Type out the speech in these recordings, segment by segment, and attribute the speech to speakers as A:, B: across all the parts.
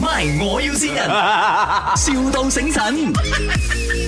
A: ，My 我要先人，,笑到醒神。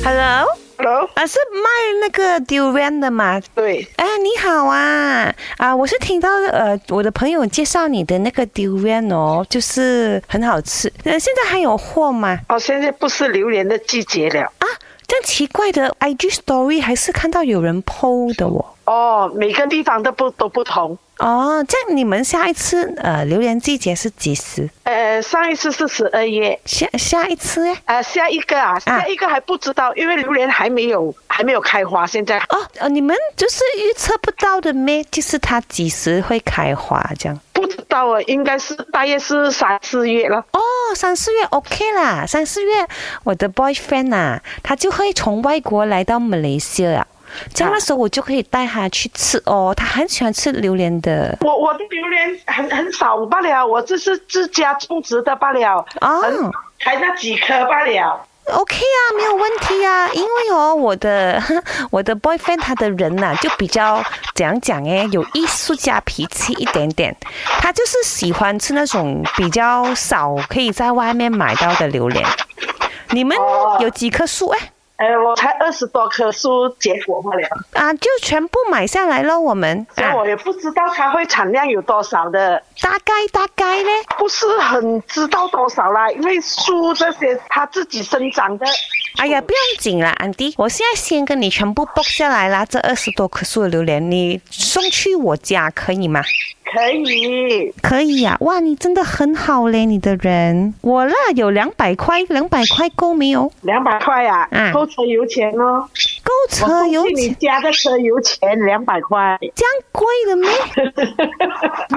B: Hello，
C: Hello，
B: 啊是卖那个 durian 的嘛？
C: 对，
B: 啊，你好啊，啊，我是听到呃我的朋友介绍你的那个 durian 哦，就是很好吃。呃，现在还有货吗？
C: 哦，现在不是榴莲的季节了，
B: 啊，这样奇怪的 IG story 还是看到有人 PO 的哦。
C: 哦，每个地方都不都不同。
B: 哦，这样你们下一次呃榴莲季节是几时？
C: 呃，上一次是十二月，
B: 下下一次哎？
C: 呃，下一个啊，下一个还不知道，因为榴莲还没有还没有开花，现在
B: 哦，呃，你们就是预测不到的咩？就是它几时会开花这样？
C: 不知道啊，应该是大约是三四月了。
B: 哦，三四月 OK 啦，三四月我的 boyfriend 啊，他就会从外国来到马来西亚了，这样那时候我就可以带他去吃哦，他很喜欢吃榴莲的。
C: 我我的榴莲很很少罢了，我这是自家种植的罢了，
B: 哦
C: 很才那几颗罢了。
B: OK 啊，没有问题啊，因为哦，我的 我的 boyfriend 他的人呐、就比较怎样讲诶，有艺术家脾气一点点，他就是喜欢吃那种比较少可以在外面买到的榴莲。你们
C: 哦
B: 有几棵树诶？
C: 呃，我才二十多棵树结果罢了，
B: 啊，就全部买下来咯，我们
C: 所以
B: 啊，
C: 我也不知道它会产量有多少的。
B: 大概大概呢，
C: 不是很知道多少啦，因为树这些它自己生长的，
B: 哎呀，不用紧啦，安迪，我现在先跟你全部 book 下来啦，这二十多棵树的榴莲，你送去我家可以吗？
C: 可以。
B: 可以呀、哇，你真的很好嘞，你的人，我啦有两百块，两百块够没有？
C: 两百块啊
B: 嗯，
C: 够车油钱哦。
B: 够
C: 我
B: 车
C: 送
B: 油
C: 去你
B: 钱，
C: 家的车油钱两百块，
B: 这样贵的咩？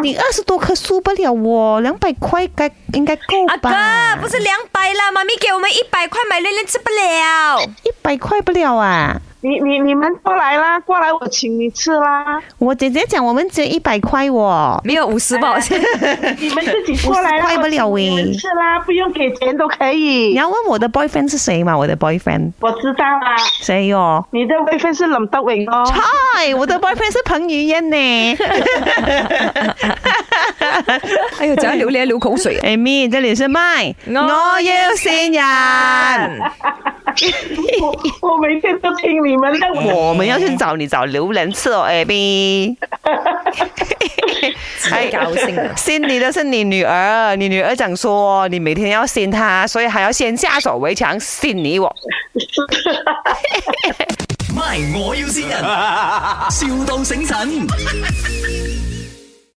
B: 你二十多棵树不了我，两百块该应该够
D: 阿
B: 吧？
D: 啊哥，不是两百啦，妈咪给我们一百块买榴莲吃不了。
B: 一百块不了啊。
C: 你你你们过来啦，过来我请你吃 啦，
B: 我姐姐讲，我们只有一百块哦。
D: 没有五十吧，我现在
C: 你们自己过来啦，
B: 五十块不了欸
C: 我请你们
B: 喂
C: 吃啦，不用给钱都可
B: 你
C: 以。
B: 要问我的 boyfriend 是谁嘛？我的 boyfriend
C: 我知道啦，
B: 谁哟、
C: 你的微分是冷德伟哦。
B: 嗨，我 的 boyfriend 是彭于晏呢。
D: 哎 呦，讲到榴莲流口水。啊
B: Amy，这里是麦，
D: 我
B: 我要新人。
C: 我我每天都听你们的，我
B: 我们要去找你找榴莲吃哦，Amy。。
D: 太高兴了
B: 信你的是你女儿，你女儿讲说你每天要信她，所以还要先下手为强，信你我。
A: My 我要先人，,笑到醒神。